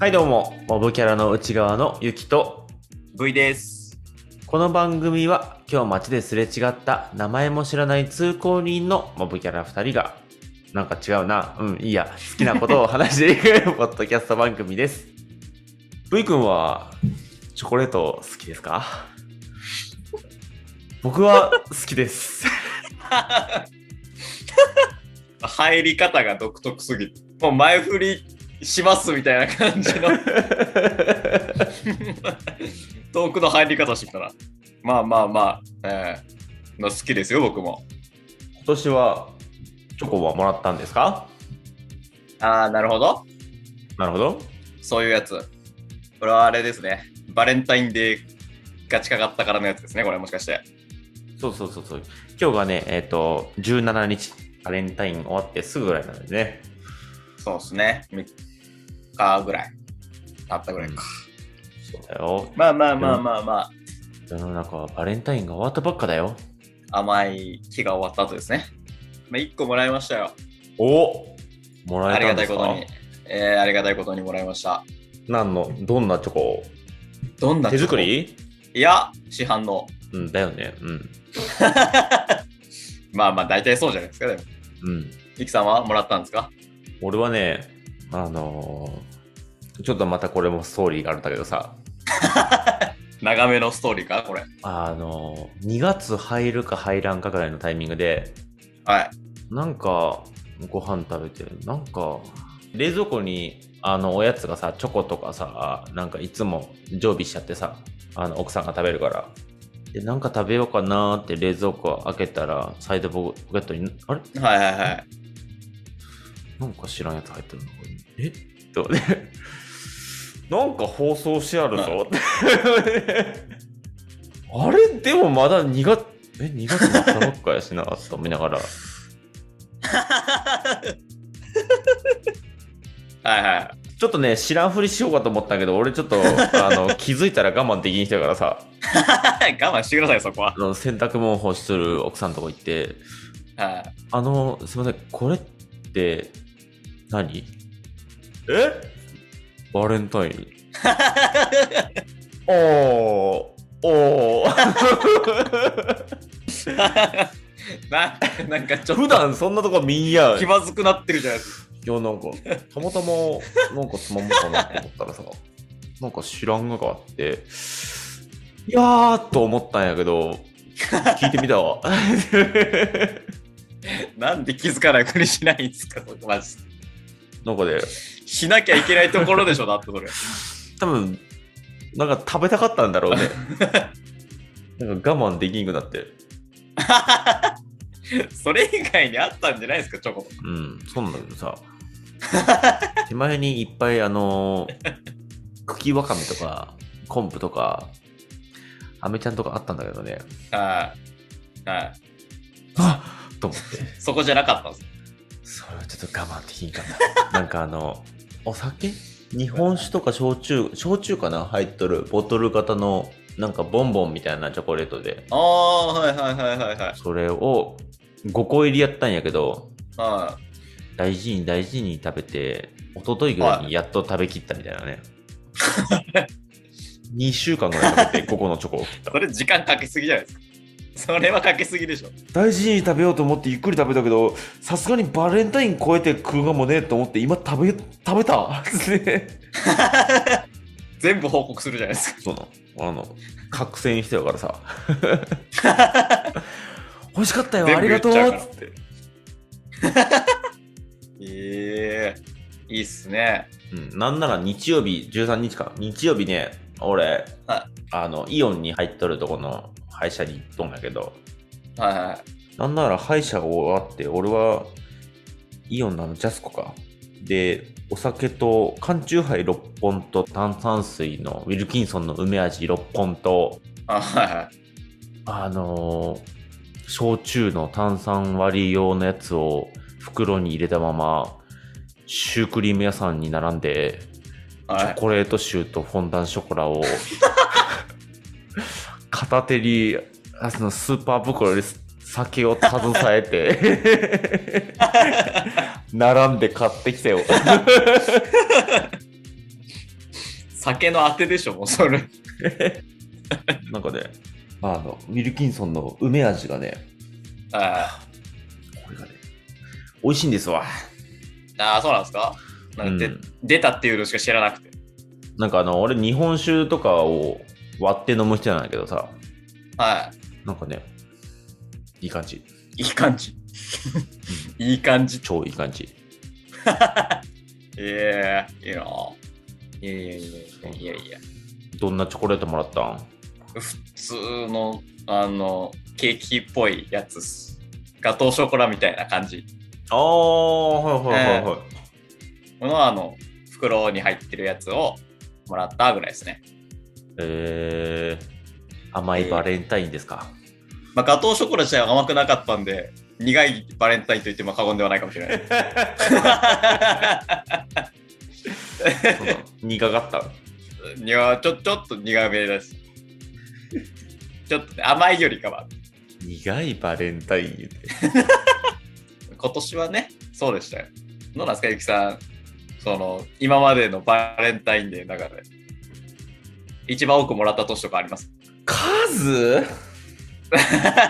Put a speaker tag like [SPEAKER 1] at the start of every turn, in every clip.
[SPEAKER 1] はいどうもモブキャラの内側のゆきと
[SPEAKER 2] V です。
[SPEAKER 1] この番組は今日街ですれ違った名前も知らない通行人のモブキャラ2人がなんか違うなうんいいや好きなことを話してい くポッドキャスト番組です V 君はチョコレート好きですか僕 は好きです
[SPEAKER 2] 入り方が独特すぎる。もう前振りしますみたいな感じ のトークの入り方してきたら。まあまあまあ、えーまあ好きですよ、僕も。
[SPEAKER 1] 今年はチョコはもらったんですか
[SPEAKER 2] ああ、なるほど。
[SPEAKER 1] なるほど
[SPEAKER 2] そういうやつ。これはあれですね。バレンタインデーが近かったからのやつですね、これもしかして。
[SPEAKER 1] そうそうそうそう。今日がね、えっ、と、17日、バレンタイン終わってすぐぐらいなんでね。
[SPEAKER 2] そうですね。3日ぐらい。あったぐらいか。
[SPEAKER 1] そうだよ。
[SPEAKER 2] まあまあまあまあまあ、
[SPEAKER 1] 世の中はバレンタインが終わったばっかだよ。
[SPEAKER 2] 甘い日が終わった後ですね。まあ、1個もらいましたよ。
[SPEAKER 1] おもら
[SPEAKER 2] あ
[SPEAKER 1] え
[SPEAKER 2] り
[SPEAKER 1] たん
[SPEAKER 2] がた
[SPEAKER 1] で
[SPEAKER 2] い
[SPEAKER 1] す
[SPEAKER 2] こ
[SPEAKER 1] か
[SPEAKER 2] とに。えーありがたいことにもらいました。
[SPEAKER 1] 何の、どんなチョコ
[SPEAKER 2] どんな
[SPEAKER 1] 手作り
[SPEAKER 2] いや、市販の。
[SPEAKER 1] うん、だよね。うん。
[SPEAKER 2] まあまあ、大体そうじゃないですか、でも。
[SPEAKER 1] うん。
[SPEAKER 2] ゆきさんはもらったんですか
[SPEAKER 1] 俺はね、あのーちょっとまたこれもストーリーがあるんだけどさ、
[SPEAKER 2] 長めのストーリーか、これ。
[SPEAKER 1] あのー、2月入るか入らんかぐらいのタイミングで、
[SPEAKER 2] はい。
[SPEAKER 1] なんかご飯食べてなんか冷蔵庫にあのおやつがさチョコとかさなんかいつも常備しちゃってさあの奥さんが食べるからでなんか食べようかなーって冷蔵庫開けたらサイドポケットにあれ
[SPEAKER 2] はいはいはい。
[SPEAKER 1] なんか知らんやつ入ってるのえっとで なんか放送してあるぞってあれでもまだ2月え2月になったばっかやしなと思いながら
[SPEAKER 2] はいは
[SPEAKER 1] ちょっとね、知らんふりしようかと思ったけど、俺ちょ っと、あの、気づいたら我慢できん人やからさ、
[SPEAKER 2] い。 我慢してください、そこは
[SPEAKER 1] あ。の、洗濯物干しする奥さんのとこ行って、
[SPEAKER 2] は
[SPEAKER 1] あの、すいません、これって何、えバレンタ イン。おー、おー。
[SPEAKER 2] い。な、 なんかちょっ
[SPEAKER 1] 普
[SPEAKER 2] と
[SPEAKER 1] 段そんなとこ見んやん。
[SPEAKER 2] 気
[SPEAKER 1] い
[SPEAKER 2] まずくなってるじゃないですか。
[SPEAKER 1] や、なんか、たまたま、なんかつまむかなと思ったらさ、なんか知らんががあって、いやーと思ったんやけど、聞いてみたわ。
[SPEAKER 2] なんで気づかないふりしないんですか、そこマジで
[SPEAKER 1] なんかね、
[SPEAKER 2] しなきゃいけないところでしょ、だってそれ。
[SPEAKER 1] 多分なんか食べたかったんだろうね。なんか我慢できんくなって。
[SPEAKER 2] それ以外にあったんじゃないですか、チョコ。
[SPEAKER 1] うん、そうなんだけどさ。手前にいっぱいあのー、茎わかめとか、昆布とか、アメちゃんとかあったんだけどね。
[SPEAKER 2] はい。はい。
[SPEAKER 1] あっと思って。
[SPEAKER 2] そこじゃなかったんです。
[SPEAKER 1] それはちょっと我慢できんか った。なんかあの、お酒日本酒とか焼酎、焼酎かな入っとるボトル型の、なんかボンボンみたいなチョコレートで。
[SPEAKER 2] ああ、はいはいはいはいはい。
[SPEAKER 1] それを5個入りやったんやけど、
[SPEAKER 2] は
[SPEAKER 1] 大事に大事に食べて、一昨日ぐらいにやっと食べきったみたいな ね。2週間ぐらい食べて5個のチョコを切っ
[SPEAKER 2] い。それ時間かけすぎじゃないですか。それはかけすぎでしょ。
[SPEAKER 1] た。大事に食べようと思ってゆっくり食べたけど、さすがにバレンタイン超えて食うがもねえと思って今食べ、食べた
[SPEAKER 2] 全部報告するじゃないですか。
[SPEAKER 1] そうなの。あの、覚醒してやから さ。美味しかったよ、あ
[SPEAKER 2] 全部
[SPEAKER 1] りが
[SPEAKER 2] 言っ
[SPEAKER 1] とう
[SPEAKER 2] ち
[SPEAKER 1] っ
[SPEAKER 2] ゃうから
[SPEAKER 1] つって。
[SPEAKER 2] ええいいっすね。
[SPEAKER 1] うん、なんなら日曜日13日か日曜日ね俺、
[SPEAKER 2] は
[SPEAKER 1] あのイオンに入っとるとこの歯医者に行っとんだけど
[SPEAKER 2] はいはいはい。
[SPEAKER 1] なんなら歯医者が終わって俺はイオンのあのジャスコかでお酒と缶チューハイ6本と炭酸水のウィルキンソンの梅味6本と
[SPEAKER 2] あはいはい。
[SPEAKER 1] あのー焼酎の炭酸割り用のやつを袋に入れたままシュークリーム屋さんに並んでチ
[SPEAKER 2] は
[SPEAKER 1] ョ
[SPEAKER 2] い、
[SPEAKER 1] コレートシューとフォンダンショコラ を片手にあそのスーパー袋に酒を携え て並んで買ってきたよ
[SPEAKER 2] 酒のあてでしょ、もうそれ。
[SPEAKER 1] なんかね、あの、ウィルキンソンの梅味がね、
[SPEAKER 2] あ
[SPEAKER 1] これがね、美味しいんですわ。
[SPEAKER 2] ーあー、そうなんですかなんか
[SPEAKER 1] う
[SPEAKER 2] で
[SPEAKER 1] ん
[SPEAKER 2] 出たっていうのしか知らなくて。
[SPEAKER 1] なんかあの、俺日本酒とかを割って飲む人なんだけどさ、
[SPEAKER 2] は
[SPEAKER 1] なんかね、いい感じ。
[SPEAKER 2] い。いい感じ。 いい感じ。
[SPEAKER 1] 超いい感じ。
[SPEAKER 2] ええいいなぁ。いやいやいやいやいやいや。
[SPEAKER 1] どんなチョコレートもらったん
[SPEAKER 2] 普通の、あの、ケーキっぽいやつっす。ガトーショコラみたいな感じ。
[SPEAKER 1] ああ、はいはいはいはい。
[SPEAKER 2] このあの、袋に入ってるやつをもらったぐらいですね。
[SPEAKER 1] えー、甘いバレンタインですか。
[SPEAKER 2] まあ、ガトーショコラ自体は甘くなかったんで、苦いバレンタインと言っても過言ではないかもしれない。
[SPEAKER 1] 苦かった。
[SPEAKER 2] いやちょ、ちょっと苦めです。ちょっとね甘いよりかは。
[SPEAKER 1] 苦いバレンタイン言うて
[SPEAKER 2] 今年はね、そうでしたよ。どうなんですか、ゆきさん。その、今までのバレンタインデーの中で。一番多くもらった年とかあります
[SPEAKER 1] 数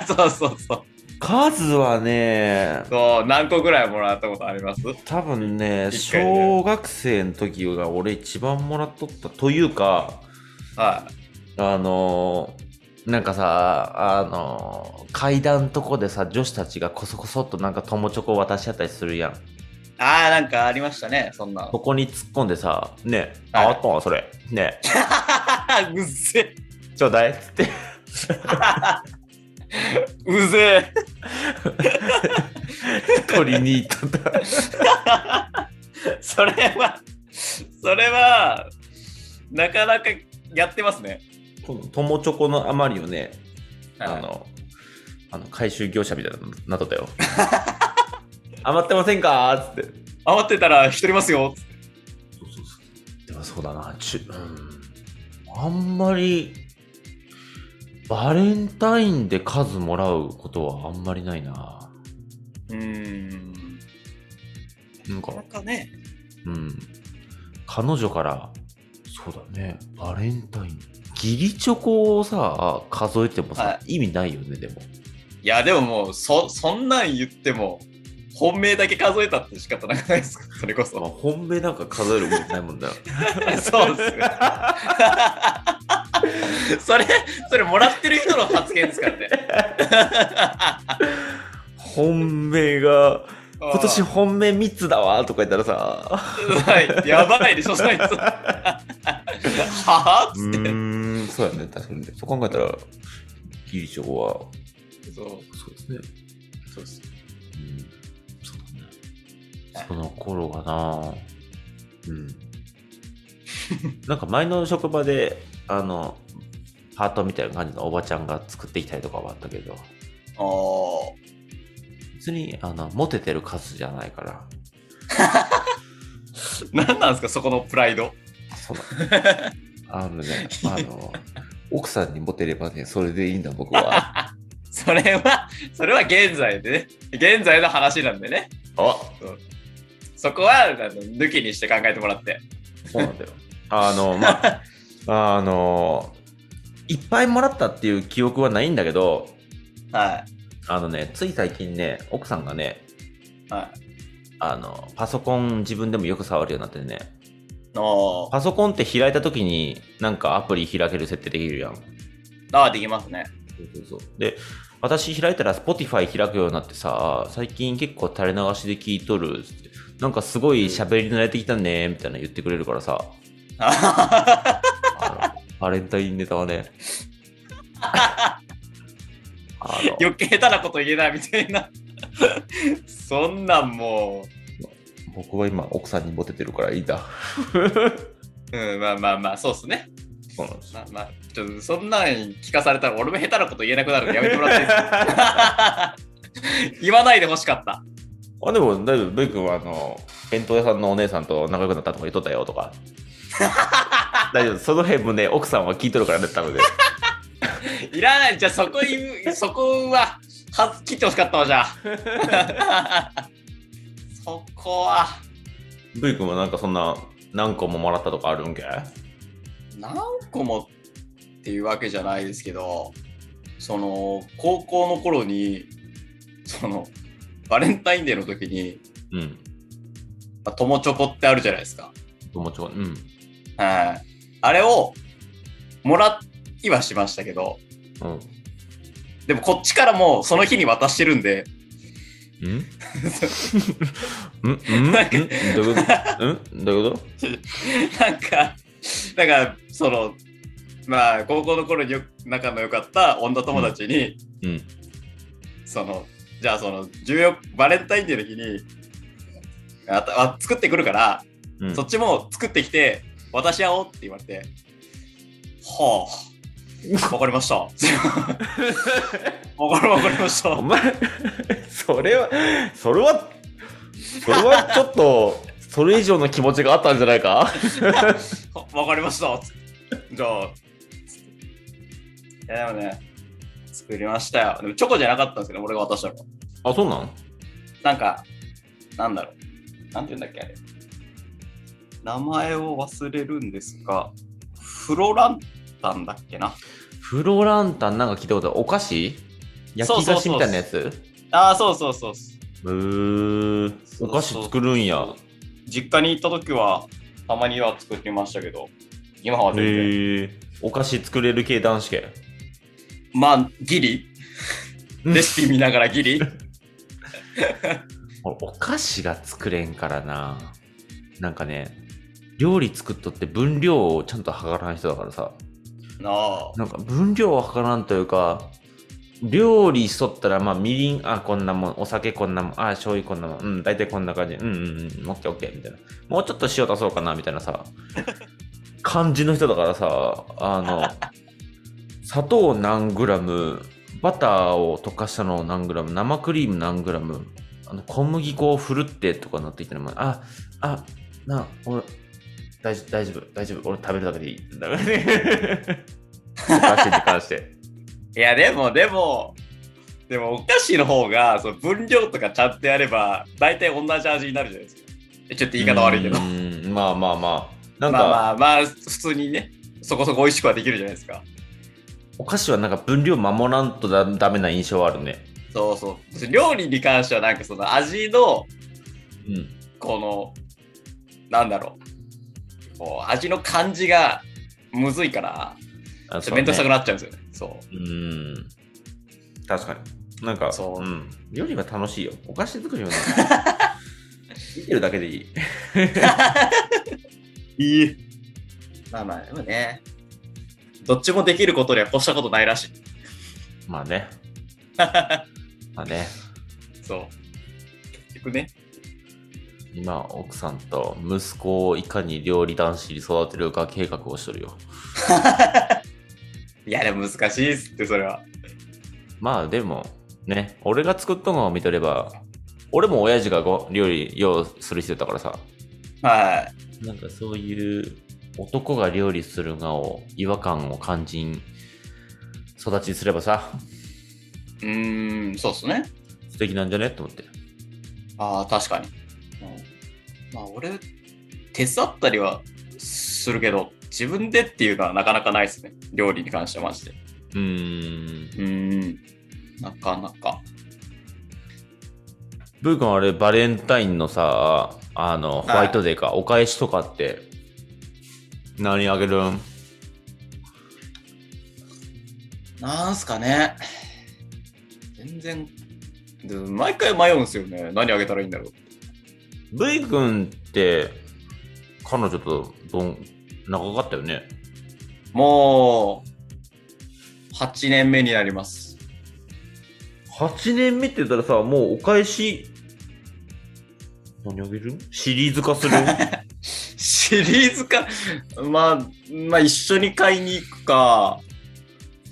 [SPEAKER 2] そうそうそう。
[SPEAKER 1] 数はね、
[SPEAKER 2] そう、何個ぐらいもらったことあります
[SPEAKER 1] 多分ね、
[SPEAKER 2] 一回ね
[SPEAKER 1] 小学生の時が俺一番もらっとった。というか、
[SPEAKER 2] はい。
[SPEAKER 1] あのーなんかさ、あのー階段とこでさ、女子たちがこそこそっとなんか友チョコ渡し合ったりするやん。
[SPEAKER 2] ああ、なんかありましたね、そんなの。
[SPEAKER 1] ここに突っ込んでさ、ねえ、
[SPEAKER 2] はい
[SPEAKER 1] ああったわ、それ。ね
[SPEAKER 2] うぜ
[SPEAKER 1] え、ちょうだいっつって。
[SPEAKER 2] え。うぜ
[SPEAKER 1] 取りに行っとった。
[SPEAKER 2] え。それは、それは、なかなかやってますね。
[SPEAKER 1] この友チョコの余りをね、
[SPEAKER 2] はい
[SPEAKER 1] あの、あの回収業者みたいなのなっとったよ。 余ってませんかっつって。
[SPEAKER 2] 余ってたら引き取りますよ。
[SPEAKER 1] そうそうそう。でもそうだな、ちゅうん。あんまり、バレンタインで数もらうことはあんまりないな。
[SPEAKER 2] うーん。
[SPEAKER 1] なん
[SPEAKER 2] な
[SPEAKER 1] か、
[SPEAKER 2] かね。
[SPEAKER 1] うん。彼女から、そうだね、バレンタイン。ギリチョコをさ、数えてもさ、
[SPEAKER 2] は
[SPEAKER 1] 意味ないよね、でも。
[SPEAKER 2] いや、でももう、そ、そんなん言っても、本命だけ数えたって仕方なくないですかそ れこ
[SPEAKER 1] まあ、
[SPEAKER 2] そ。
[SPEAKER 1] 本命なんか数えることないもんだよ。
[SPEAKER 2] そうですよ。 それ、それもらってる人の発言ですからね。
[SPEAKER 1] 本命が、 今年
[SPEAKER 2] は
[SPEAKER 1] 本命3つだわとか言ったらさ、
[SPEAKER 2] いやばいでしょ、そいつ。 はは
[SPEAKER 1] うーん、そうやね、確かにね。そう考えたら、ギリチョコは、
[SPEAKER 2] そ
[SPEAKER 1] そうですね。
[SPEAKER 2] う、そうです。
[SPEAKER 1] うん、そうだね。その頃がなうん。 なんか前の職場で、あの、パートみたいな感じのおばちゃんが作ってきたりとかはあったけど、
[SPEAKER 2] あー
[SPEAKER 1] 別に、あの、モテてる数じゃないから、
[SPEAKER 2] 何なんですか、そこのプライド。
[SPEAKER 1] そう あのね、あの、奥さんにモテればね、それでいいんだ、僕は。
[SPEAKER 2] それは、それは現在でね。現在の話なんでね。
[SPEAKER 1] あ
[SPEAKER 2] そこは、あの抜きにして考えてもらって。
[SPEAKER 1] そうなんだよ。あの、まあ、あの、いっぱいもらったっていう記憶はないんだけど、
[SPEAKER 2] は
[SPEAKER 1] あのね、つい最近ね、奥さんがね、
[SPEAKER 2] い。はい。
[SPEAKER 1] あの、パソコン自分でもよく触るようになってね、
[SPEAKER 2] の
[SPEAKER 1] パソコンって開いた時になんかアプリ開ける設定できるやん。そう
[SPEAKER 2] ああ、できますね。
[SPEAKER 1] そうそう。で、私開いたら Spotify 開くようになってさ、最近結構垂れ流しで聞いとるっつって、なんかすごい喋り慣れてきたね、みたいな言ってくれるからさ、
[SPEAKER 2] あ
[SPEAKER 1] あのバレンタインネタはね、あの
[SPEAKER 2] ー余計たなこと言えないみたいな。そんなんも
[SPEAKER 1] 僕は今奥さんにモテてるからいいんだ。
[SPEAKER 2] う、うん、まあまあまあ、そうっすね。
[SPEAKER 1] そうなんです
[SPEAKER 2] まあまあ、ちょっとそんなん聞かされたら俺も下手なこと言えなくなるのやめてもらっていいですか 言わないでほしかった。
[SPEAKER 1] あでもだいぶベイ君はあの弁当屋さんのお姉さんと仲良くなったとか言っとったよと か大丈夫その辺もね奥さんは聞いとるからね多分ね
[SPEAKER 2] いらない、じゃあそこ言う、そこは、は切ってほしかったわ、じゃあ。 そこは。
[SPEAKER 1] ベイ君はなんかそんな何個ももらったとかあるんけ
[SPEAKER 2] 何個もっていうわけじゃないですけどその高校の頃にそのバレンタインデーの時に
[SPEAKER 1] うん。
[SPEAKER 2] まあ友チョコってあるじゃないですか。
[SPEAKER 1] 友ちょ、うん。
[SPEAKER 2] はい。あれをもらいはしましたけど、
[SPEAKER 1] うん。
[SPEAKER 2] でもこっちからもうその日に渡してるんで、
[SPEAKER 1] うんうんうん
[SPEAKER 2] なんか
[SPEAKER 1] うんどういうことうんどういうこ
[SPEAKER 2] なんか、だから、その、まあ、高校の頃によ仲の良かった女友達に、
[SPEAKER 1] とうん。
[SPEAKER 2] その、じゃあその、14バレンタインデーの日に、あたあ作ってくるから、
[SPEAKER 1] うん
[SPEAKER 2] そっちも作ってきて、渡し合おうって言われて、はあ、わかり ました。わかるわかりました。
[SPEAKER 1] お前、それは、それは、それはちょっと、それ以上の気持ちがあったんじゃないか
[SPEAKER 2] わわかりました。つじゃあ。ついやでもね、作りましたよ。でもチョコじゃなかったんですけど、俺が渡したの。
[SPEAKER 1] あ、そうなん
[SPEAKER 2] なんか、なんだろう。なんて言うんだっけ、あれ。名前を忘れるんですが、フロランタンだっけな。
[SPEAKER 1] フロランタンなんか聞いたことあるお菓子焼き菓子みたいなやつ
[SPEAKER 2] ああ、そうそうそう
[SPEAKER 1] うーお菓子作るんや。
[SPEAKER 2] 実家に行った時は、たまには作りましたけど、今は全然。
[SPEAKER 1] へえ。お菓子作れる系男子系。
[SPEAKER 2] まあ、ギリ。レシピ見ながらギリ。
[SPEAKER 1] 俺お菓子が作れんからななんかね料理作っとって分量をちゃんと測らない人だからさ
[SPEAKER 2] なあ。
[SPEAKER 1] なんか分量を測らんというか料理しとったらまあみりんあこんなもんお酒こんなもんあ醤油こんなもんうん大体こんな感じうんうんうんオッケーオッケーみたいなもうちょっと塩足そうかなみたいなさ感じの人だからさあの砂糖何グラムバターを溶かしたのを何グラム生クリーム何グラムあの小麦粉をふるってとかなってきたのもああな俺大丈夫大丈夫大丈夫俺食べるだけでいいだからねお菓子に関して
[SPEAKER 2] いやでもでもでもお菓子の方がその分量とかちゃんとやれば大体同じ味になるじゃないですかえちょっと言い方悪いけど
[SPEAKER 1] う
[SPEAKER 2] ま
[SPEAKER 1] ーんまあまあまあな
[SPEAKER 2] あ
[SPEAKER 1] んか、
[SPEAKER 2] まあまあ普通にねそこそこ美味しくはできるじゃないですか
[SPEAKER 1] お菓子はなんか分量守らんとだダメな印象はあるね
[SPEAKER 2] そうそう料理に関してはなんかその味の
[SPEAKER 1] うん
[SPEAKER 2] このなんだろうこう味の感じがむずいから
[SPEAKER 1] あ
[SPEAKER 2] ちょっと面倒くさく
[SPEAKER 1] い
[SPEAKER 2] なっちゃうんですよねそう
[SPEAKER 1] うーん確かになんか、
[SPEAKER 2] そうん
[SPEAKER 1] 料理は楽しいよお菓子作り はね見てるだけでいい
[SPEAKER 2] いいまあまあでもねどっちもできることには越したことないらしい
[SPEAKER 1] まあ ねまあね
[SPEAKER 2] そう結局ね
[SPEAKER 1] 今奥さんと息子をいかに料理男子に育てるか計画をしとるよ
[SPEAKER 2] いや、でも難しいっすって、それは。
[SPEAKER 1] まあでもね俺が作ったのを見とれば俺も親父がご料理用する人だからさ
[SPEAKER 2] は
[SPEAKER 1] なんかそういう男が料理するがを違和感を感じん育ちにすればさ
[SPEAKER 2] い。うーん、そうっすね。
[SPEAKER 1] 素敵なんじゃねと思って
[SPEAKER 2] ああ、確かに。うんまあ、俺、手伝ったりはするけど、自分でっていうのはなかなかないっすね。料理に関してはまして。
[SPEAKER 1] うーん
[SPEAKER 2] うーん、なかなか。
[SPEAKER 1] ブー君あれバレンタインのさあのホワイトデーか、お返しとかって何あげるん
[SPEAKER 2] なんすかね。全然。で毎回迷うんすよね。何あげたらいいんだろう。
[SPEAKER 1] ブー君って彼女とどん長かったよね
[SPEAKER 2] もう、8年目になります。
[SPEAKER 1] 8年目って言ったらさもうお返し何あげるシリーズ化する
[SPEAKER 2] シリーズか、まあ、まあ一緒に買いに行くか、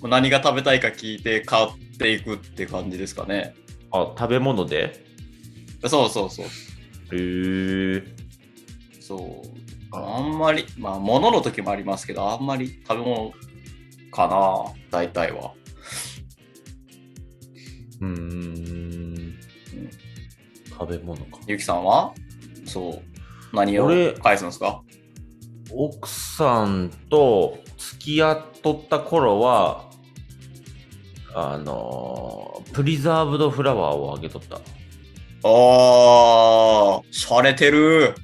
[SPEAKER 2] 何が食べたいか聞いて買っていくっていう感じですかね。
[SPEAKER 1] あ食べ物で
[SPEAKER 2] そうそうそう。
[SPEAKER 1] へえ
[SPEAKER 2] そう。あんまり、まあ物の時もありますけど、あんまり食べ物かな、大体は。
[SPEAKER 1] うーん食べ物か
[SPEAKER 2] ゆきさんはそう。何を
[SPEAKER 1] 俺
[SPEAKER 2] 返すんですか
[SPEAKER 1] 奥さんと付き合っとった頃は、あのー、プリザーブドフラワーをあげとった。
[SPEAKER 2] ああ、洒落てる。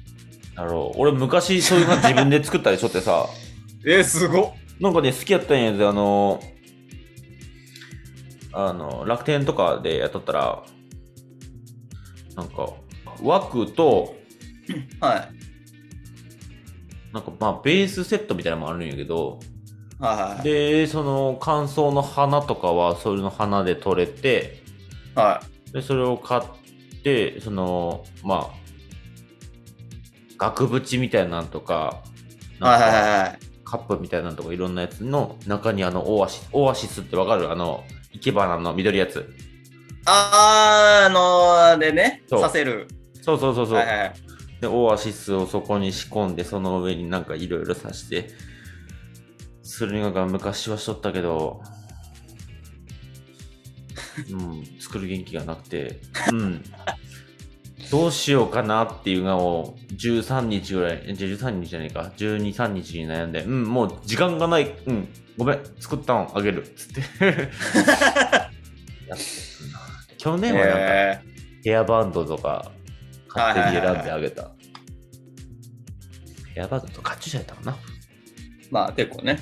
[SPEAKER 1] だろう。俺昔そういうの自分で作ったりしとってさ、
[SPEAKER 2] えー、すごっ。
[SPEAKER 1] なんかね、好きやったんやで、あのー、あの、楽天とかでやっとったら、なんか、枠と、
[SPEAKER 2] は
[SPEAKER 1] なんかまあ、ベースセットみたいなのもあるんやけど、
[SPEAKER 2] い。はいはい
[SPEAKER 1] で、その乾燥の花とかは、それの花で取れて、
[SPEAKER 2] は
[SPEAKER 1] で、それを買って、その、まあ、額縁みたいなんとか、
[SPEAKER 2] い。はい
[SPEAKER 1] なん
[SPEAKER 2] はい
[SPEAKER 1] か
[SPEAKER 2] はいはい。
[SPEAKER 1] カップみたいなんとかいろんなやつの中にあのオアシス、オアシスってわかるあの、生け花の緑いやつ。
[SPEAKER 2] あー、あのー、でね、
[SPEAKER 1] そう
[SPEAKER 2] させる。
[SPEAKER 1] そうそうそうそう。
[SPEAKER 2] はいはいはい。
[SPEAKER 1] で、オアシスをそこに仕込んで、その上になんかいろいろ刺して、するのが昔はしとったけど、うん、作る元気がなくて、うん。どうしようかなっていうのを13日ぐらい、えじゃあ13日じゃないか、12、3日に悩んで、うん、もう時間がない、うん、ごめん、作ったのあげる、 つって。やってたな去年はなんか、
[SPEAKER 2] え
[SPEAKER 1] ヘアバンドとか勝手に選んであげた。ヘアバンドとカチューシャやったかな。
[SPEAKER 2] ー、まあ結構ね、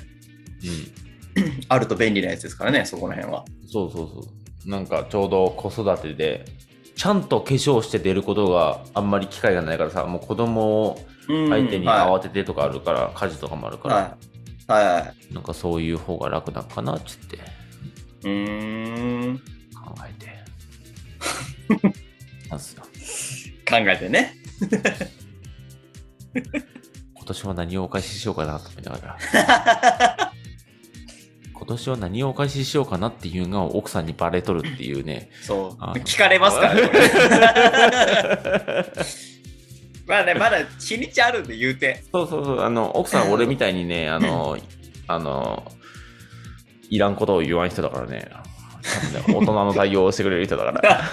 [SPEAKER 1] う
[SPEAKER 2] あると便利なやつですからね、そこら辺は。
[SPEAKER 1] ん。そうそうそう。なんかちょうど子育てで、ちゃんと化粧して出ることがあんまり機会がないからさ、もう子供を
[SPEAKER 2] うん
[SPEAKER 1] 相手に
[SPEAKER 2] は
[SPEAKER 1] 慌ててとかあるから、家事とかもある
[SPEAKER 2] い。
[SPEAKER 1] から、
[SPEAKER 2] はい。はいはい。
[SPEAKER 1] なんかそういう方が楽なんかなっつって
[SPEAKER 2] うーん。
[SPEAKER 1] 考え て。なんすよ。
[SPEAKER 2] 考えてね。
[SPEAKER 1] 今年は何をお返ししようかなと思いながら。 今年は何をお返ししようかなっていうのを奥さんにバレとるっていうね。
[SPEAKER 2] そう
[SPEAKER 1] あ。
[SPEAKER 2] 聞かれますからね、これ まあね、まだ日にちあるんで言うて。
[SPEAKER 1] そうそうそう、あの、奥さん俺みたいにね、あの、あの、いらんことを言わん人だからね。多分ね大人の対応をしてくれる人だから。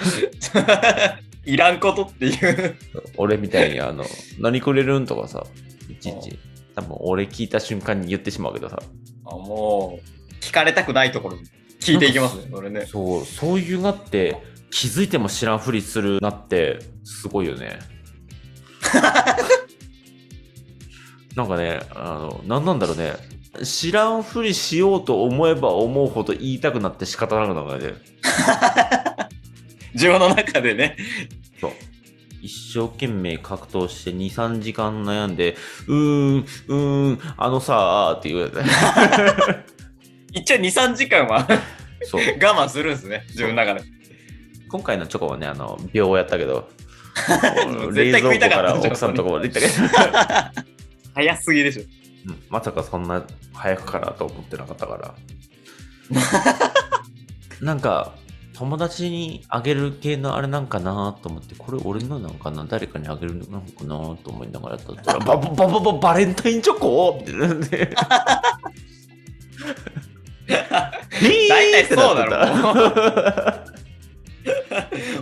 [SPEAKER 2] いらんことっていう。
[SPEAKER 1] 俺みたいに、あの、何くれるんとかさ、いちいち。多分俺聞いた瞬間に言ってしまうけどさ。
[SPEAKER 2] あもう、聞かれたくないところに聞いていきますね、それね。
[SPEAKER 1] そう、そういうなって、気づいても知らんふりするなって、すごいよ ね。なんかね、あの、なんなんだろうね。知らんふりしようと思えば思うほど言いたくなって仕方なくなるね。
[SPEAKER 2] 自分の中でね。
[SPEAKER 1] そう。一生懸命格闘して2、3時間悩んで、うーん、うーん、あのさーって言うや つね。
[SPEAKER 2] 一応2、3時間は
[SPEAKER 1] そう。
[SPEAKER 2] 我慢するんですね、自分の中で。、
[SPEAKER 1] 今回のチョコはね、あの、秒やったけど冷
[SPEAKER 2] 絶対
[SPEAKER 1] 蔵
[SPEAKER 2] 食
[SPEAKER 1] 庫
[SPEAKER 2] いた
[SPEAKER 1] か
[SPEAKER 2] かった
[SPEAKER 1] ら奥さんのとこまで行ったけど。
[SPEAKER 2] 早すぎでしょ。
[SPEAKER 1] うんまさかそんな早くからと思ってなかった から。なんか、友達にあげる系のあれなんかなと思って、これ俺のなんかな誰かにあげるのなんかなと思いながらやった ら、ババババババレンタインチョコみたい なね。
[SPEAKER 2] 大体そうだ
[SPEAKER 1] ろ。
[SPEAKER 2] ろ、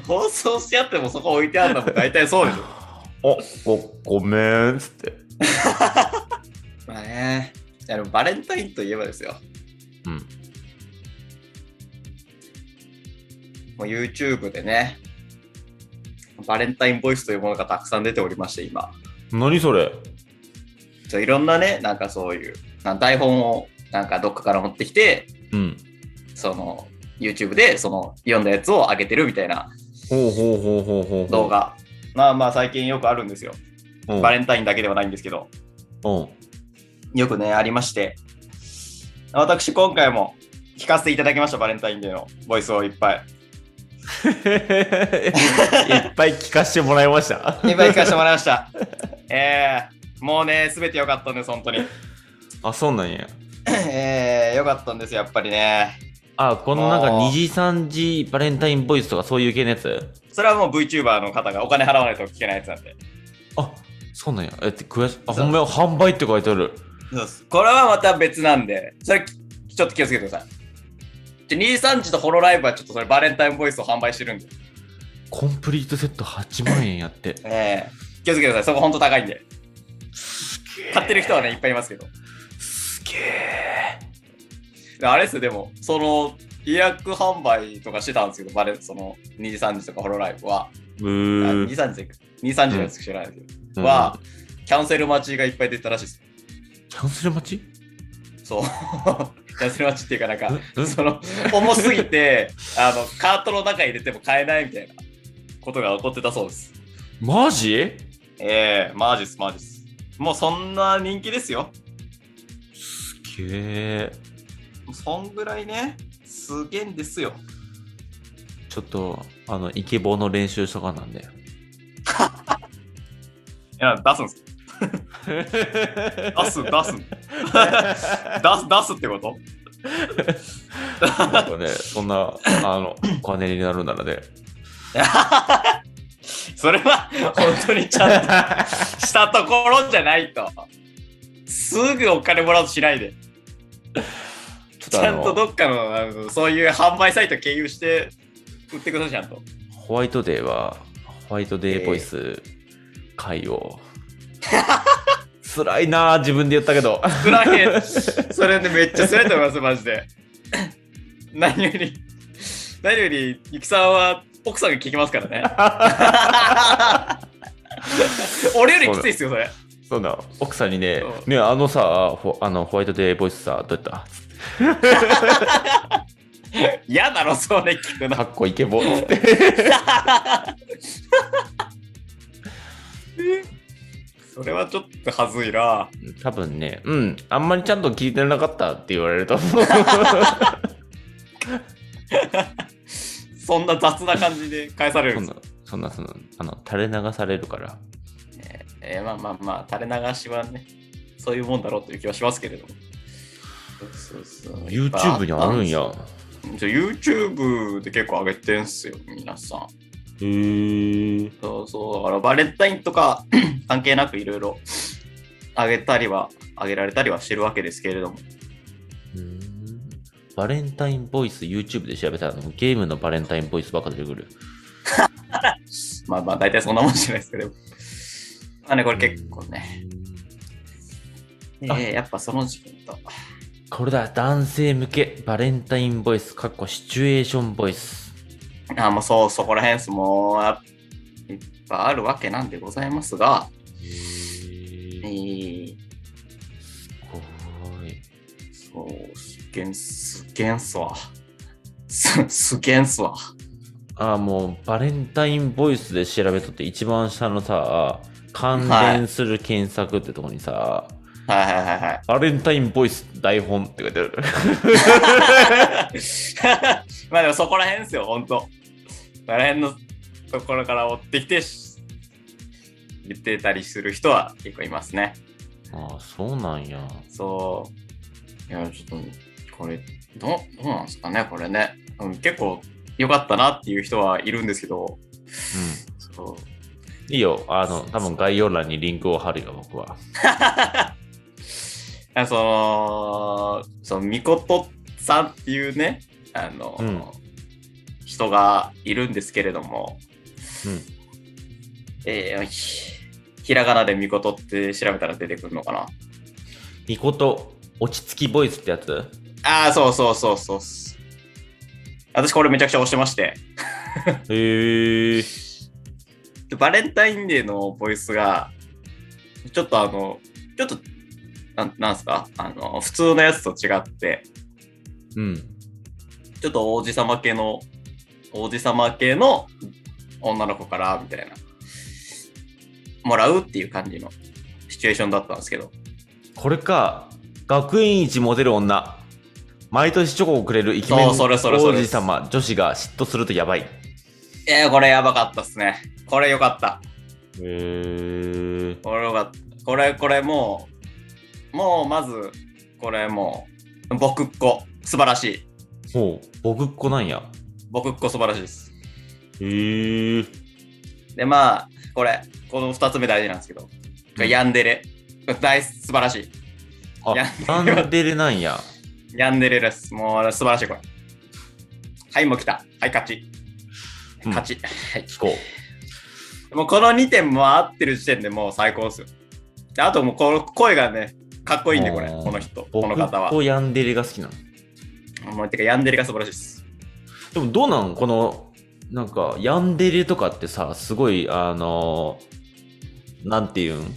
[SPEAKER 2] もう。放送しちゃってもそこ置いてあるのも大体そうでしょ。
[SPEAKER 1] おごごめんっつって。
[SPEAKER 2] まあね。いやでもバレンタインといえばですよ。
[SPEAKER 1] うん。
[SPEAKER 2] もう YouTube でね、バレンタインボイスというものがたくさん出ておりまして、今。
[SPEAKER 1] 何それ
[SPEAKER 2] ちょいろんなね、なんかそういう、なん台本をなんかどっかから持ってきて、
[SPEAKER 1] うん。
[SPEAKER 2] その YouTube でその読んだやつを上げてるみたいな
[SPEAKER 1] ほうほうほうほうほうほう。
[SPEAKER 2] 動画。まあまあ最近よくあるんですよ。
[SPEAKER 1] うん。
[SPEAKER 2] バレンタインだけではないんですけど、
[SPEAKER 1] うん。
[SPEAKER 2] よくね、ありまして。私今回も聞かせていただきました、バレンタインデーのボイスをいっぱい。
[SPEAKER 1] いっぱい聞かせてもらいました。
[SPEAKER 2] いっぱい聞かせてもらい ました。えー、もうね、すべて良かったんです、本当 に。
[SPEAKER 1] あ、そうなんや。
[SPEAKER 2] えー、よかったんですよ、やっぱりね。
[SPEAKER 1] あ、このなんか
[SPEAKER 2] あー
[SPEAKER 1] 2時3時バレンタインボイスとかそういう系のやつ
[SPEAKER 2] それはもう VTuber の方がお金払わないと聞けないやつなんで。
[SPEAKER 1] あ、そうなんや。えって悔しあ、
[SPEAKER 2] そう
[SPEAKER 1] ほんまや、販売って書いてある。
[SPEAKER 2] そうです。これはまた別なんで、それきちょっと気をつけてください。で、23時とホロライブはちょっとそれバレンタインボイスを販売してるんで、
[SPEAKER 1] コンプリートセット8万円やって。
[SPEAKER 2] えー、気をつけてください。そこほんと高いんで。
[SPEAKER 1] すげえ。
[SPEAKER 2] 買ってる人はね、いっぱいいますけど。
[SPEAKER 1] すげえ。
[SPEAKER 2] あれっすでも、その、予約販売とかしてたんですけど、バレ、その、2時3時とかホロライブは、
[SPEAKER 1] う
[SPEAKER 2] あ
[SPEAKER 1] ー
[SPEAKER 2] 2時3時で、2時3時のやつ知らないですけど、
[SPEAKER 1] うん
[SPEAKER 2] は、キャンセル待ちがいっぱい出たらしいです。
[SPEAKER 1] キャンセル待ち
[SPEAKER 2] そう。 キャンセル待ちっていうかなんか、
[SPEAKER 1] うん
[SPEAKER 2] その、重すぎて、あの、カートの中入れても買えないみたいなことが起こってたそうです。
[SPEAKER 1] マジ
[SPEAKER 2] ええマジっす、マジっす。もうそんな人気ですよ。
[SPEAKER 1] すげえ。
[SPEAKER 2] そんぐらいね、すげえんですよ。
[SPEAKER 1] ちょっと、あの、イケボの練習しとかなんだ よ。
[SPEAKER 2] いや、出すんです。出す、出 す。出す、出すってこと
[SPEAKER 1] なんかね、そんな、あの、お金になるならね。
[SPEAKER 2] それは、本当にちゃんとしたところじゃないと。すぐお金もらおうとしない
[SPEAKER 1] ちょ
[SPEAKER 2] で。
[SPEAKER 1] っ
[SPEAKER 2] ち
[SPEAKER 1] とあ
[SPEAKER 2] ゃんと
[SPEAKER 1] の、
[SPEAKER 2] どっかのあのそういう販売サイト経由して売ってください、ちゃんと。
[SPEAKER 1] ホワイトデーは、ホワイトデーボイス会を。辛いなあ自分で言ったけど。
[SPEAKER 2] 少ないそれでめっちゃ辛いと思います、マジで。何より、何より、ゆきさんは奥さんが聞きま すからね。俺よりきついっすよ、それ。
[SPEAKER 1] そうだ、奥さんにね、
[SPEAKER 2] そう
[SPEAKER 1] ね、あのさ、ホあのホワイトデーボイスさ、どうやったつっ
[SPEAKER 2] 嫌だろ、それ聞く
[SPEAKER 1] てか
[SPEAKER 2] の。
[SPEAKER 1] っこイケボって。
[SPEAKER 2] それはちょっとはずいな。
[SPEAKER 1] 多分ね、うん、あんまりちゃんと聞いてなかったって言われると思 う。
[SPEAKER 2] そんな雑な感じで返される
[SPEAKER 1] そ
[SPEAKER 2] ん
[SPEAKER 1] ん
[SPEAKER 2] で
[SPEAKER 1] な、そんな、そんな、あの、垂れ流されるから。
[SPEAKER 2] す。えーまあまあまあ、垂れ流しはね、そういうもんだろうという気はしますけれども。そうそう
[SPEAKER 1] YouTube にあるんや。。
[SPEAKER 2] じゃ YouTube で結構上げてんすよ、皆さん。
[SPEAKER 1] へー。
[SPEAKER 2] そうそう、だからバレンタインとか 関係なくいろいろ上げたりは、上げられたりはしてるわけですけれども。
[SPEAKER 1] うんバレンタインボイス YouTube で調べたらもうゲームのバレンタインボイスばっか出てくる。
[SPEAKER 2] まあまあ、大体そんなもんじゃないですけど。まあね、これ結構ね、え
[SPEAKER 1] んあ
[SPEAKER 2] ーやっぱその時期と。
[SPEAKER 1] これだ、男性向けバレンタインボイス、かっこシチュエーションボイス。
[SPEAKER 2] あもうそう、そこら辺っす。もう、やっいっぱいあるわけなんでございますが、え
[SPEAKER 1] へ
[SPEAKER 2] ー
[SPEAKER 1] ごい。
[SPEAKER 2] そう、すげん、すげんっすわ。 す、すげんっすわ。
[SPEAKER 1] あーもうバレンタインボイスで調べとって一番下のさ、関連する検索ってとこにさ、
[SPEAKER 2] はいはいはいはい。
[SPEAKER 1] バレンタインボイス台本って書いてある。
[SPEAKER 2] まあでもそこら辺ですよ、ほんと。そこら辺のところから追ってきて、し言ってたりする人は結構いますね。
[SPEAKER 1] ああ、そうなんや。
[SPEAKER 2] そう。いや、ちょっと、これ、どうどうなんですかね、これね。うん、結構良かったなっていう人はいるんですけど、
[SPEAKER 1] うん。
[SPEAKER 2] そう。
[SPEAKER 1] いいよ、あの、多分概要欄にリンクを貼るよ、僕は。
[SPEAKER 2] あその、その、みことさんっていうね、あの、
[SPEAKER 1] うん
[SPEAKER 2] 人がいるんですけれども、
[SPEAKER 1] うん。
[SPEAKER 2] えーひ、ひらがなでみことって調べたら出てくるのかな。
[SPEAKER 1] みこと、落ち着きボイスってやつ
[SPEAKER 2] ああ、そうそうそうそう。私これめちゃくちゃ押してまして。
[SPEAKER 1] へえ。
[SPEAKER 2] でバレンタインデーのボイスが、ちょっとあの、ちょっと、なんなんすかあの、普通のやつと違って、
[SPEAKER 1] うん。
[SPEAKER 2] ちょっと王子様系の、王子様系の女の子から、みたいな、もらうっていう感じのシチュエーションだったんですけど。
[SPEAKER 1] これか、学園一モデル女。毎年チョコをくれるイケメン
[SPEAKER 2] そうそれそれそ
[SPEAKER 1] 王
[SPEAKER 2] れ
[SPEAKER 1] 子様、女子が嫉妬するとやばい。へ
[SPEAKER 2] いや、これやばかったっすね。これよかった。
[SPEAKER 1] え。
[SPEAKER 2] これが、これ、これもう、もうまず、これもう、僕っ子、素晴らしい。
[SPEAKER 1] ほう、僕っ子なんや。
[SPEAKER 2] 僕っ子素晴らしいです。
[SPEAKER 1] へえ。
[SPEAKER 2] で、まあ、これ、この二つ目大事なんですけど、
[SPEAKER 1] うん
[SPEAKER 2] ヤンデレ。大、素晴らしい。
[SPEAKER 1] あ
[SPEAKER 2] いや、
[SPEAKER 1] ヤンデレなんや。
[SPEAKER 2] ヤンデレです。もう、素晴らしい、これ。はい、もう来た。はい、勝ち。
[SPEAKER 1] うん
[SPEAKER 2] 勝ち。はい。
[SPEAKER 1] 聞こ
[SPEAKER 2] もう、この2点も合ってる時点でもう最高ですよ。であともうこの声がね、かっこいいんで、これ、
[SPEAKER 1] あー
[SPEAKER 2] この人、こ
[SPEAKER 1] 僕
[SPEAKER 2] の方は。
[SPEAKER 1] とヤンデレが好きなの。
[SPEAKER 2] もうてか、ヤンデレが素晴らしいです。
[SPEAKER 1] でもどうなんこの、なんか、ヤンデレとかってさ、すごい、あのーなんていうん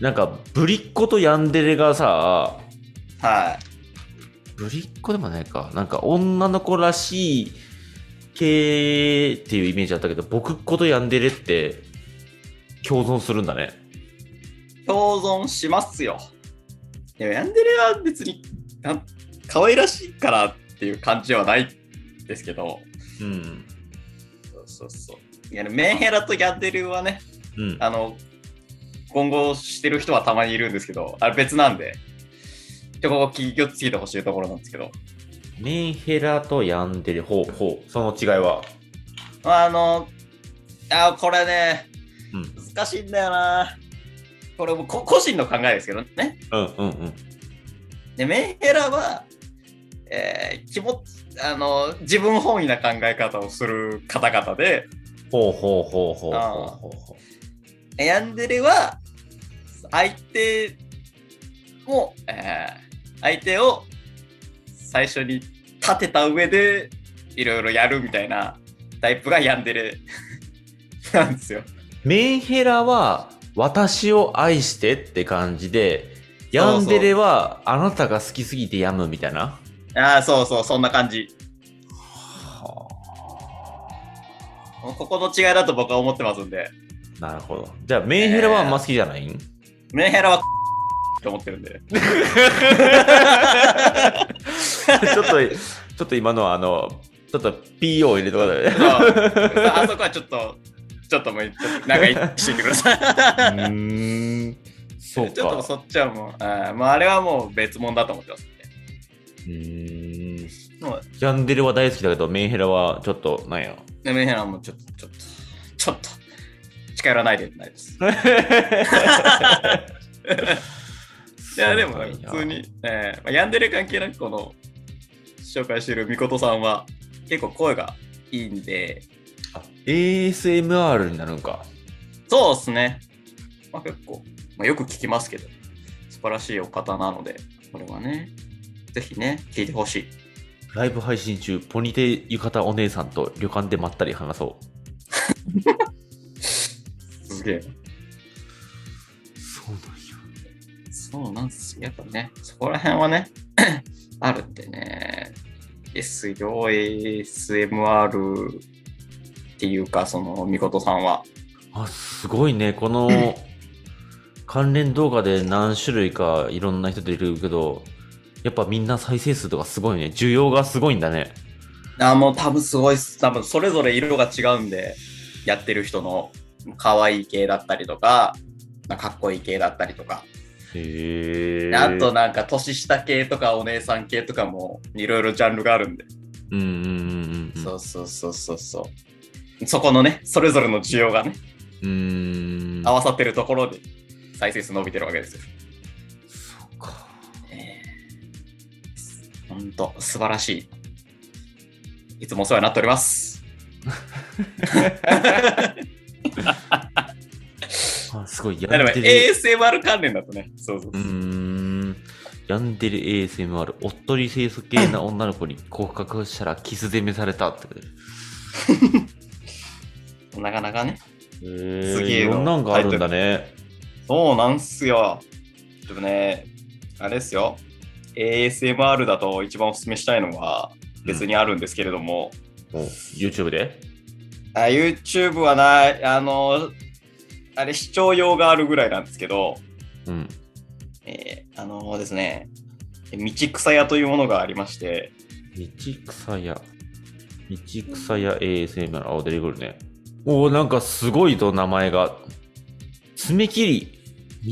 [SPEAKER 1] なんか、ぶりっ子とヤンデレがさ、
[SPEAKER 2] は
[SPEAKER 1] ぶりっ子でもないか。なんか、女の子らしい系っていうイメージだったけど、僕っ子とヤンデレって共存するんだね。
[SPEAKER 2] い。共存しますよ。いや、ヤンデレは別に、なん可愛らしいからっていう感じではないですけど、
[SPEAKER 1] うん。
[SPEAKER 2] そうそうそう。いや、メンヘラとヤンデレはね、
[SPEAKER 1] うん。
[SPEAKER 2] あの、今後してる人はたまにいるんですけど、あれ別なんで、ちょここ気をつけてほしいところなんですけど、
[SPEAKER 1] メンヘラとヤンデレ、ほうほう。その違いは。
[SPEAKER 2] あの、あこれね、
[SPEAKER 1] うん。
[SPEAKER 2] 難しいんだよな。これもこ個人の考えですけどね。
[SPEAKER 1] うんうんうん。
[SPEAKER 2] でメンヘラは、えー気持ちあの自分本位な考え方をする方々で、
[SPEAKER 1] ほうほうほうほうほうほうほう。
[SPEAKER 2] ヤンデレは相手を、えー相手を最初に立てた上でいろいろやるみたいなタイプがヤンデレなんですよ。
[SPEAKER 1] メンヘラは私を愛してって感じで、ヤンデレはあなたが好きすぎて病むみたいな。
[SPEAKER 2] ああ、そうそう、そんな感じ。
[SPEAKER 1] は
[SPEAKER 2] ここの違いだと僕は思ってますんで、
[SPEAKER 1] あ、なるほど。じゃあメンヘラはあんま好きじゃないん、
[SPEAKER 2] メンヘラはと思ってる んで。
[SPEAKER 1] ちょっと、ちょっと今のはあの、ちょっと PO を入れとかだよね。
[SPEAKER 2] そうあそこはちょっと、ちょっともう、ちょっと長いしててください。
[SPEAKER 1] うーん。そうか。
[SPEAKER 2] ちょっとそっちはもう、あーまあ、あれはもう別物だと思ってますんで。
[SPEAKER 1] うーん。
[SPEAKER 2] もう
[SPEAKER 1] ヤンデレは大好きだけど、メンヘラはちょっと、なんや。
[SPEAKER 2] で、メンヘラはもうちょっと、ちょっと、ちょっと、近寄らないでな いです。いや、でも、
[SPEAKER 1] そうなん
[SPEAKER 2] 普
[SPEAKER 1] や
[SPEAKER 2] 通に、えーまあ、ヤンデレ関係なく、この、紹介してるみことさんは、結構声がいいんで、
[SPEAKER 1] あ ASMR になるんか。
[SPEAKER 2] そうですね。まあ、結構、まあ、よく聞きますけど、素晴らしいお方なので、これはね、ぜひね、聞いてほしい。
[SPEAKER 1] ライブ配信中、ポニテ浴衣お姉さんと旅館でまったり話そ
[SPEAKER 2] すげえ。
[SPEAKER 1] う。そうなんや。
[SPEAKER 2] そうなんですよ。やっぱね、そこら辺はね、 あるんでね、ですよ、ASMR っていうか、その、みことさんは。
[SPEAKER 1] あすごいねこの 関連動画で何種類かいろんな人出てるけどやっぱみんな再生数とかすごいね需要がすごいんだね
[SPEAKER 2] あ、もう多分すごいっす。多分それぞれ色が違うんで、やってる人の可愛い系だったりとか、かっこいい系だったりとか。
[SPEAKER 1] へ
[SPEAKER 2] であとなんか年下系とかお姉さん系とかもいろいろジャンルがあるんで、
[SPEAKER 1] うんうんうんうん
[SPEAKER 2] そうそうそうそうそうそこのねそれぞれの需要がね
[SPEAKER 1] うーん
[SPEAKER 2] 合わさってるところで再生数伸びてるわけですよ
[SPEAKER 1] そうか
[SPEAKER 2] ほんと素晴らしいいつもお世話になっております
[SPEAKER 1] あすごいや
[SPEAKER 2] なの
[SPEAKER 1] んで
[SPEAKER 2] で
[SPEAKER 1] る
[SPEAKER 2] ASMR 関連だとねそうそう
[SPEAKER 1] う
[SPEAKER 2] そう、
[SPEAKER 1] ーんやんでる ASMR おっとり清楚系な女の子に告白したらキス攻めされたってこと
[SPEAKER 2] なかなかね
[SPEAKER 1] へ
[SPEAKER 2] すげ
[SPEAKER 1] え
[SPEAKER 2] え
[SPEAKER 1] い
[SPEAKER 2] な
[SPEAKER 1] ろんなんがあるんだね
[SPEAKER 2] そうなんすよでもねあれですよ ASMR だと一番おすすめしたいのは別にあるんですけれども、
[SPEAKER 1] うんお YouTube で
[SPEAKER 2] あ YouTube はない、あの、あれ、視聴用があるぐらいなんですけど、
[SPEAKER 1] うん
[SPEAKER 2] えーあのですね、道草屋というものがありまして、
[SPEAKER 1] 道草屋。道草屋 ASMR。あ、出てくるね。おお、なんかすごいと名前が。爪切り。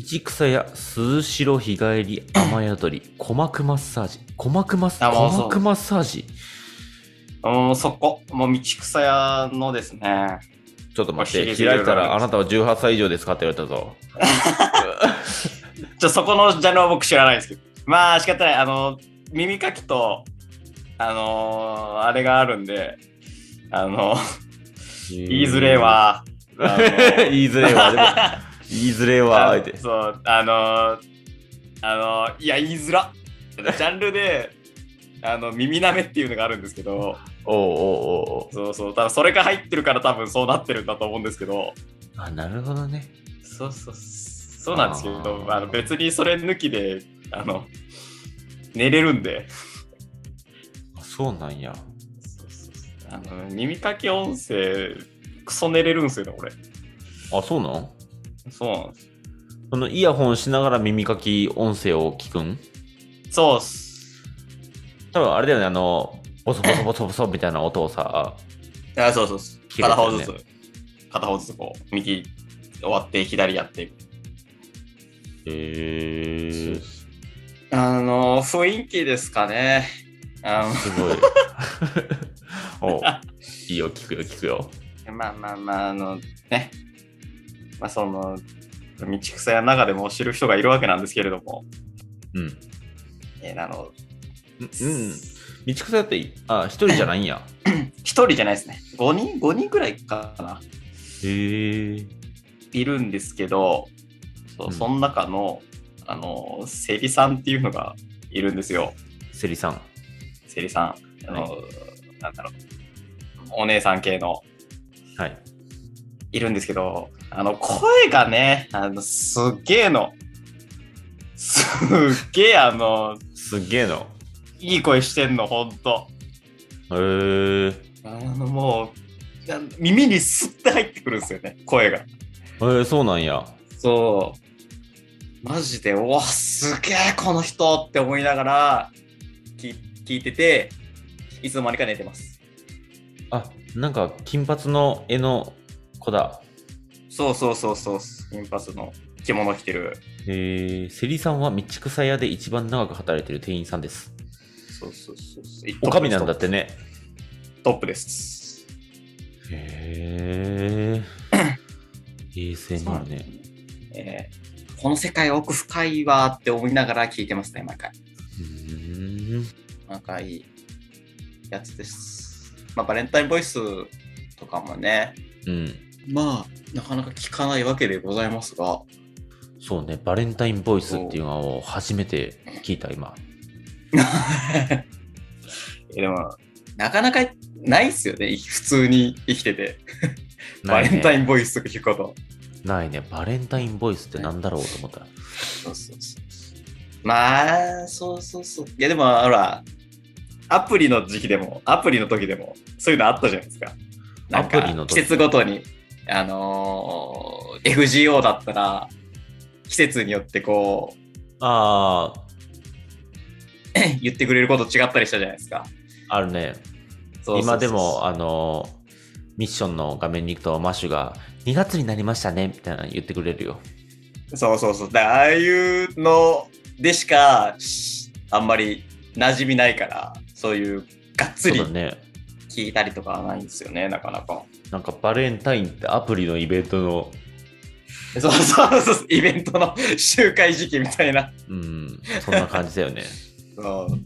[SPEAKER 1] 道草屋、鈴代日帰り、雨宿り、鼓膜マッサージ。鼓膜マッサー
[SPEAKER 2] あ
[SPEAKER 1] ジ。
[SPEAKER 2] もうそ
[SPEAKER 1] 鼓
[SPEAKER 2] う
[SPEAKER 1] 膜マッサージ。
[SPEAKER 2] もうそこ、もう道草屋のですね、
[SPEAKER 1] ちょっと待っ
[SPEAKER 2] お
[SPEAKER 1] て、
[SPEAKER 2] 尻が
[SPEAKER 1] 開いた
[SPEAKER 2] いろいろ
[SPEAKER 1] ら
[SPEAKER 2] あ
[SPEAKER 1] あ
[SPEAKER 2] る
[SPEAKER 1] なたは18歳以上ですかって言われたぞ。
[SPEAKER 2] ちょそこのジャンルは僕知らないですけど、まあ仕方ない、あの、耳かきと、あのーあれがあるんで、あの、言いづれ。は、あの
[SPEAKER 1] 言いづれは。でも言いづれえわ、
[SPEAKER 2] あ
[SPEAKER 1] 言うて。
[SPEAKER 2] そう、あのーあのーいや、言いづら。ジャンルで、あの、耳なめっていうのがあるんですけど、
[SPEAKER 1] おうおうおうおう
[SPEAKER 2] そうそう、ただそれが入ってるから多分そうなってるんだと思うんですけど、
[SPEAKER 1] あ、なるほどね。
[SPEAKER 2] そうそう、そうなんですけど、
[SPEAKER 1] あー
[SPEAKER 2] あの別にそれ抜きで、あの、寝れるんで、
[SPEAKER 1] あそうなんや。
[SPEAKER 2] そうそうそうあの耳かき音声、クソ寝れるんですよね、俺。
[SPEAKER 1] あ、そうなん
[SPEAKER 2] そうなんです。
[SPEAKER 1] そのイヤホンしながら耳かき音声を聞くん
[SPEAKER 2] そうっす。
[SPEAKER 1] 多分あれだよね、あの、ボソボソボソボソみたいな音をさ、
[SPEAKER 2] あそうそうそう
[SPEAKER 1] 切れ
[SPEAKER 2] 片
[SPEAKER 1] た
[SPEAKER 2] 方
[SPEAKER 1] よ
[SPEAKER 2] ず
[SPEAKER 1] ね
[SPEAKER 2] つ、片方ずつこう、右終わって、左やって、
[SPEAKER 1] へえー、す
[SPEAKER 2] あの、雰囲気ですかね。あ
[SPEAKER 1] ごい。おういいよ、聞くよ、聞くよ。
[SPEAKER 2] の、まあまあまあ、あの、ね。まあその、道草や中でも知る人がいるわけなんですけれども、
[SPEAKER 1] うん。う
[SPEAKER 2] えーあの、
[SPEAKER 1] ん。道草やって、あ、一人じゃないんや。
[SPEAKER 2] 一人じゃないですね。5人、5人ぐらいかな。
[SPEAKER 1] へえー。
[SPEAKER 2] いるんですけど、そうう、
[SPEAKER 1] ん
[SPEAKER 2] その中の、あの、セリさんっていうのがいるんですよ。
[SPEAKER 1] セリさん。
[SPEAKER 2] セリさん。あの、なんだろう。お姉さん系の。
[SPEAKER 1] はい。
[SPEAKER 2] いるんですけど、あの、声がね、あの、すっげえの。すっげえ、あの、
[SPEAKER 1] すっげえの。
[SPEAKER 2] いい声してんの、ほんと。
[SPEAKER 1] へえー。
[SPEAKER 2] あの、もう、あ耳にすって入ってくるんですよね、声が。
[SPEAKER 1] えー、そうなんや。
[SPEAKER 2] そう。マジで、うわ、すげえ、この人って思いながら、き聞いてて、いつの間にか寝てます。
[SPEAKER 1] あ、なんか金髪の絵の子だ。
[SPEAKER 2] そうそうそうそう、金髪の着物着てる。
[SPEAKER 1] えー、セリさんは道草屋で一番長く働いてる店員さんです。
[SPEAKER 2] そうそうそうそう。
[SPEAKER 1] おかみなんだってね。
[SPEAKER 2] トップです。
[SPEAKER 1] へー。衛星にあるね。
[SPEAKER 2] えーこの世界奥深いわーって思いながら聞いてますね、毎回。
[SPEAKER 1] うーん。
[SPEAKER 2] 毎回いいやつです。まあ、バレンタインボイスとかもね、
[SPEAKER 1] うん。
[SPEAKER 2] まあ、なかなか聞かないわけでございますが、
[SPEAKER 1] そうね、バレンタインボイスっていうのを初めて聞いた、今。
[SPEAKER 2] えでも、なかなかないっすよね、普通に生きてて。バ
[SPEAKER 1] ない
[SPEAKER 2] レ
[SPEAKER 1] ね
[SPEAKER 2] ンタインボイスとか聞くこと。
[SPEAKER 1] ないね、バレンタインボイスってなんだろうと思った。
[SPEAKER 2] そうそうそう。まあ、そうそうそう。いや、でも、ほら、アプリの時期でも、アプリの時でも、そういうのあったじゃないですか。なんか
[SPEAKER 1] アプリの時
[SPEAKER 2] 季節ごとに、あのー FGO だったら、季節によってこう、
[SPEAKER 1] あ
[SPEAKER 2] 言ってくれること違ったりしたじゃないですか。
[SPEAKER 1] ー、あるね。
[SPEAKER 2] そうそうそう
[SPEAKER 1] 今でも、、あの、ミッションの画面に行くと、マッシュが、2月になりましたね、みたいなの言ってくれるよ。
[SPEAKER 2] そうそうそう。だからああいうのでしか、しあんまり馴染みないから、そういう、がっつ
[SPEAKER 1] そう
[SPEAKER 2] り
[SPEAKER 1] だね。
[SPEAKER 2] 聞いたりとかはないんですよね、なかなか。
[SPEAKER 1] なんかバレンタインってアプリのイベントの、
[SPEAKER 2] そうそうそう、イベントの集会時期みたいな。
[SPEAKER 1] うん、そんな感じだよ ね。
[SPEAKER 2] そう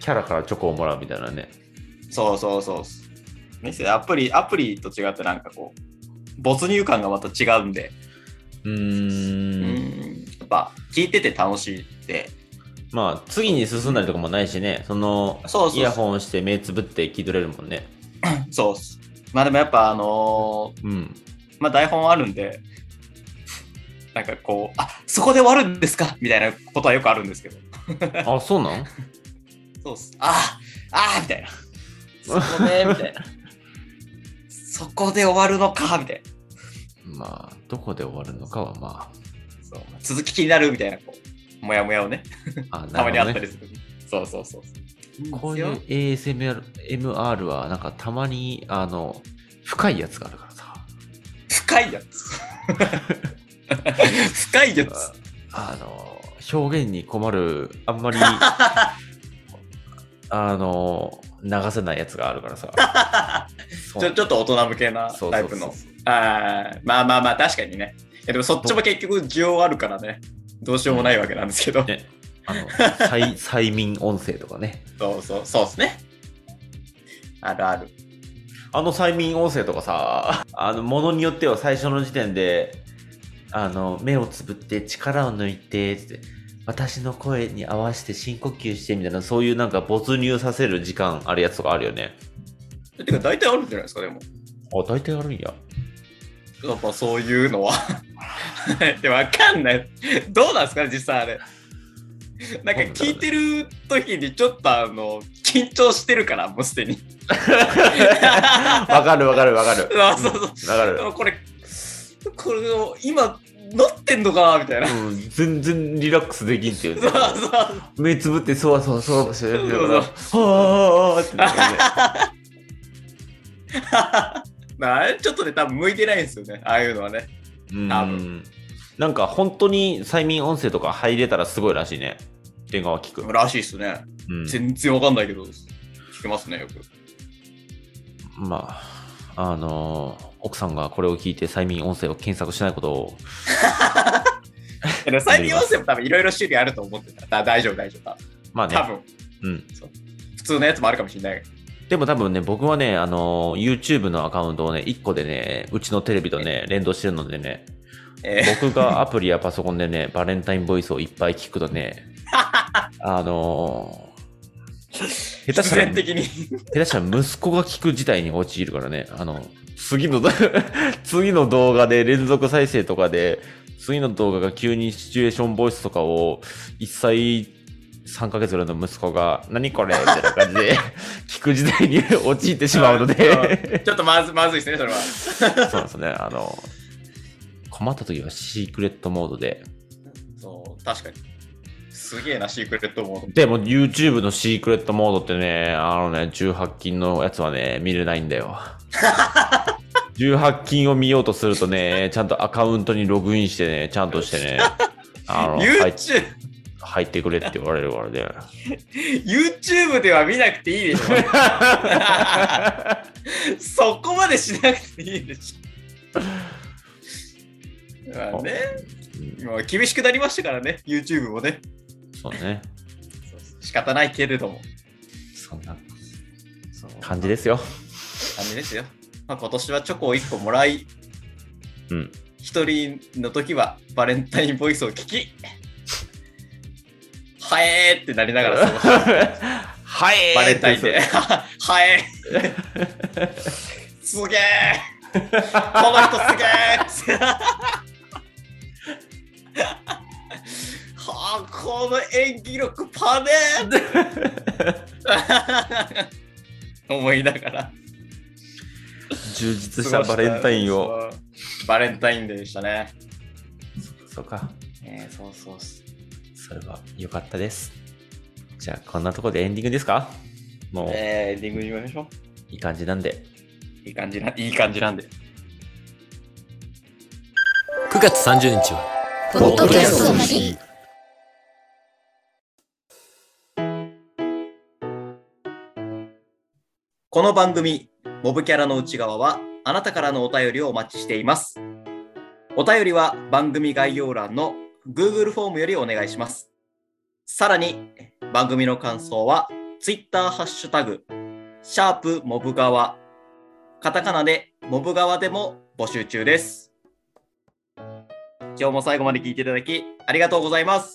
[SPEAKER 1] キャラからチョコをもらうみたいなね。
[SPEAKER 2] そうそうそう。店アプリ、アプリと違ってなんかこう、没入感がまた違うんで、
[SPEAKER 1] う
[SPEAKER 2] う
[SPEAKER 1] ーん。
[SPEAKER 2] ん、やっぱ聞いてて楽しいって、
[SPEAKER 1] まあ、次に進んだりとかもないしね、その、
[SPEAKER 2] そうそうそう
[SPEAKER 1] イヤホンして目つぶって聞いとれるもんね。
[SPEAKER 2] そうっす。まあでもやっぱあのー
[SPEAKER 1] うん。
[SPEAKER 2] まあ台本あるんで、なんかこう、あそこで終わるんですかみたいなことはよくあるんですけど、
[SPEAKER 1] あ、そうなん
[SPEAKER 2] そうっす。あああみたいな。そこで、みたいな。 そこで終わるのかみたいな。
[SPEAKER 1] まあ、どこで終わるのかはま
[SPEAKER 2] そう続き気になるみたいなこうもやもやをね
[SPEAKER 1] あ、 あ、
[SPEAKER 2] たまにあった
[SPEAKER 1] ね
[SPEAKER 2] りする、そうそうそう
[SPEAKER 1] こういう ASMR MR は、なんかたまに、あの、深いやつがあるからさ。
[SPEAKER 2] 深いや つ深いやつ
[SPEAKER 1] あの、表現に困る、あんま り、あの、流せないやつがあるからさ。そう
[SPEAKER 2] ちょちょっと大人向けな
[SPEAKER 1] そうそうそう
[SPEAKER 2] タイプのあーまあまあまあ確かにねいやでもそっちも結局需要あるからねどうしようもないわけなんですけど、
[SPEAKER 1] ね、あの、催 催眠音声とかね。
[SPEAKER 2] そうそうそうですねあるある
[SPEAKER 1] あの催眠音声とかさ、あの、ものによっては最初の時点で、あの、目をつぶって力を抜いて、つって、私の声に合わせて深呼吸してみたいな、そういうなんか没入させる時間あるやつとかあるよね。
[SPEAKER 2] てか大体あるんじゃないですか、でも。
[SPEAKER 1] あ、大体あるんや。
[SPEAKER 2] やっぱそういうのは。 でわかんない。どうなんですかね、実際あれ。なんか聞いてる時にちょっとあの緊張してるからもうすでに。
[SPEAKER 1] わかるわかるわかる。
[SPEAKER 2] あ そうそう
[SPEAKER 1] うんわかる。
[SPEAKER 2] これこれを今乗ってんのかなみたいな。
[SPEAKER 1] うん、全然リラックスできんっていう
[SPEAKER 2] そ
[SPEAKER 1] ね
[SPEAKER 2] う。そう
[SPEAKER 1] 目つぶってそわそわそわそわしてるから、は
[SPEAKER 2] そ
[SPEAKER 1] あはあはあってなるね
[SPEAKER 2] まああれちょっとね多分向いてないんですよねああいうのはね。
[SPEAKER 1] うん
[SPEAKER 2] 多
[SPEAKER 1] なんか本当に催眠音声とか入れたらすごいらしいね。電話は聞く。
[SPEAKER 2] らしいっすね。
[SPEAKER 1] うん
[SPEAKER 2] 全然わかんないけど聞けますねよく。
[SPEAKER 1] まあ、あのー奥さんがこれを聞いて催眠音声を検索しないことを。
[SPEAKER 2] でも最近音声も多分いろいろ種類あると思ってた。だ大丈夫大丈夫。
[SPEAKER 1] まあ
[SPEAKER 2] 多
[SPEAKER 1] ね。
[SPEAKER 2] 分
[SPEAKER 1] うん。
[SPEAKER 2] 普通のやつもあるかもしれない。
[SPEAKER 1] でも多分ね、僕はね、あのー YouTube のアカウントをね、1個でね、うちのテレビとね、連動してるのでね、
[SPEAKER 2] えー
[SPEAKER 1] 僕がアプリやパソコンでね、バレンタインボイスをいっぱい聞くと ね、あのー下手
[SPEAKER 2] 必
[SPEAKER 1] したら、
[SPEAKER 2] 然
[SPEAKER 1] 下
[SPEAKER 2] 的に。
[SPEAKER 1] 手したら息子が聞く事態に陥るからね、あの、次の、 次の動画で連続再生とかで、次の動画が急にシチュエーションボイスとかを、一歳3ヶ月ぐらいの息子が、何これみたいな感じで、 聞く事態に陥ってしまうので、
[SPEAKER 2] ちょっとまずまずいですね、それは。
[SPEAKER 1] そうですね、あの、困った時はシークレットモードで、
[SPEAKER 2] そう、確かに。すげえな、シークレットモー
[SPEAKER 1] でも YouTube のシークレットモードってね、あのね、18禁のやつはね、見れないんだ よ。18禁を見ようとするとね、ちゃんとアカウントにログインしてね、ちゃんとしてね、あ
[SPEAKER 2] ド。
[SPEAKER 1] の入っ
[SPEAKER 2] YouTube,
[SPEAKER 1] 入ってくれって言われるからね。
[SPEAKER 2] YouTube では見なく ていいでしょ。そこまでしなくていいでしょ。まあね、
[SPEAKER 1] うん
[SPEAKER 2] もう厳しくなりましたからね、YouTube もね。
[SPEAKER 1] そうね、
[SPEAKER 2] 仕方ないけれども。
[SPEAKER 1] そんな
[SPEAKER 2] そう
[SPEAKER 1] 感じですよ。
[SPEAKER 2] 感じですよ。まあ、今年はチョコを1個もらい、
[SPEAKER 1] うん。
[SPEAKER 2] 一人の時はバレンタインボイスを聞き、はえーってなりながら過ごして
[SPEAKER 1] はい
[SPEAKER 2] バレンタインで。はい。すげえ。この人すげえ。はあ、この演技力パネー思いながら。
[SPEAKER 1] 充実したバレンタインを。
[SPEAKER 2] そう。バレンタインデーでしたね。
[SPEAKER 1] そうか。
[SPEAKER 2] えー、そうそうっす。
[SPEAKER 1] それは良かったです。じゃあ、こんなところでエンディングですかもう、
[SPEAKER 2] えー、エンディングにましょ
[SPEAKER 1] いい感じなんで。
[SPEAKER 2] う。いい感じな、いい感じなんで。
[SPEAKER 3] 9月30日は
[SPEAKER 4] ポッドキャストの日
[SPEAKER 2] この番組、モブキャラの内側は、あなたからのお便りをお待ちしています。お便りは番組概要欄の Google フォームよりお願いします。さらに、番組の感想は、Twitter ハッシュタグ、シャープモブ側、カタカナでモブ側でも募集中です。今日も最後まで聞いていただき、ありがとうございます。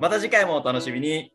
[SPEAKER 2] また次回もお楽しみに。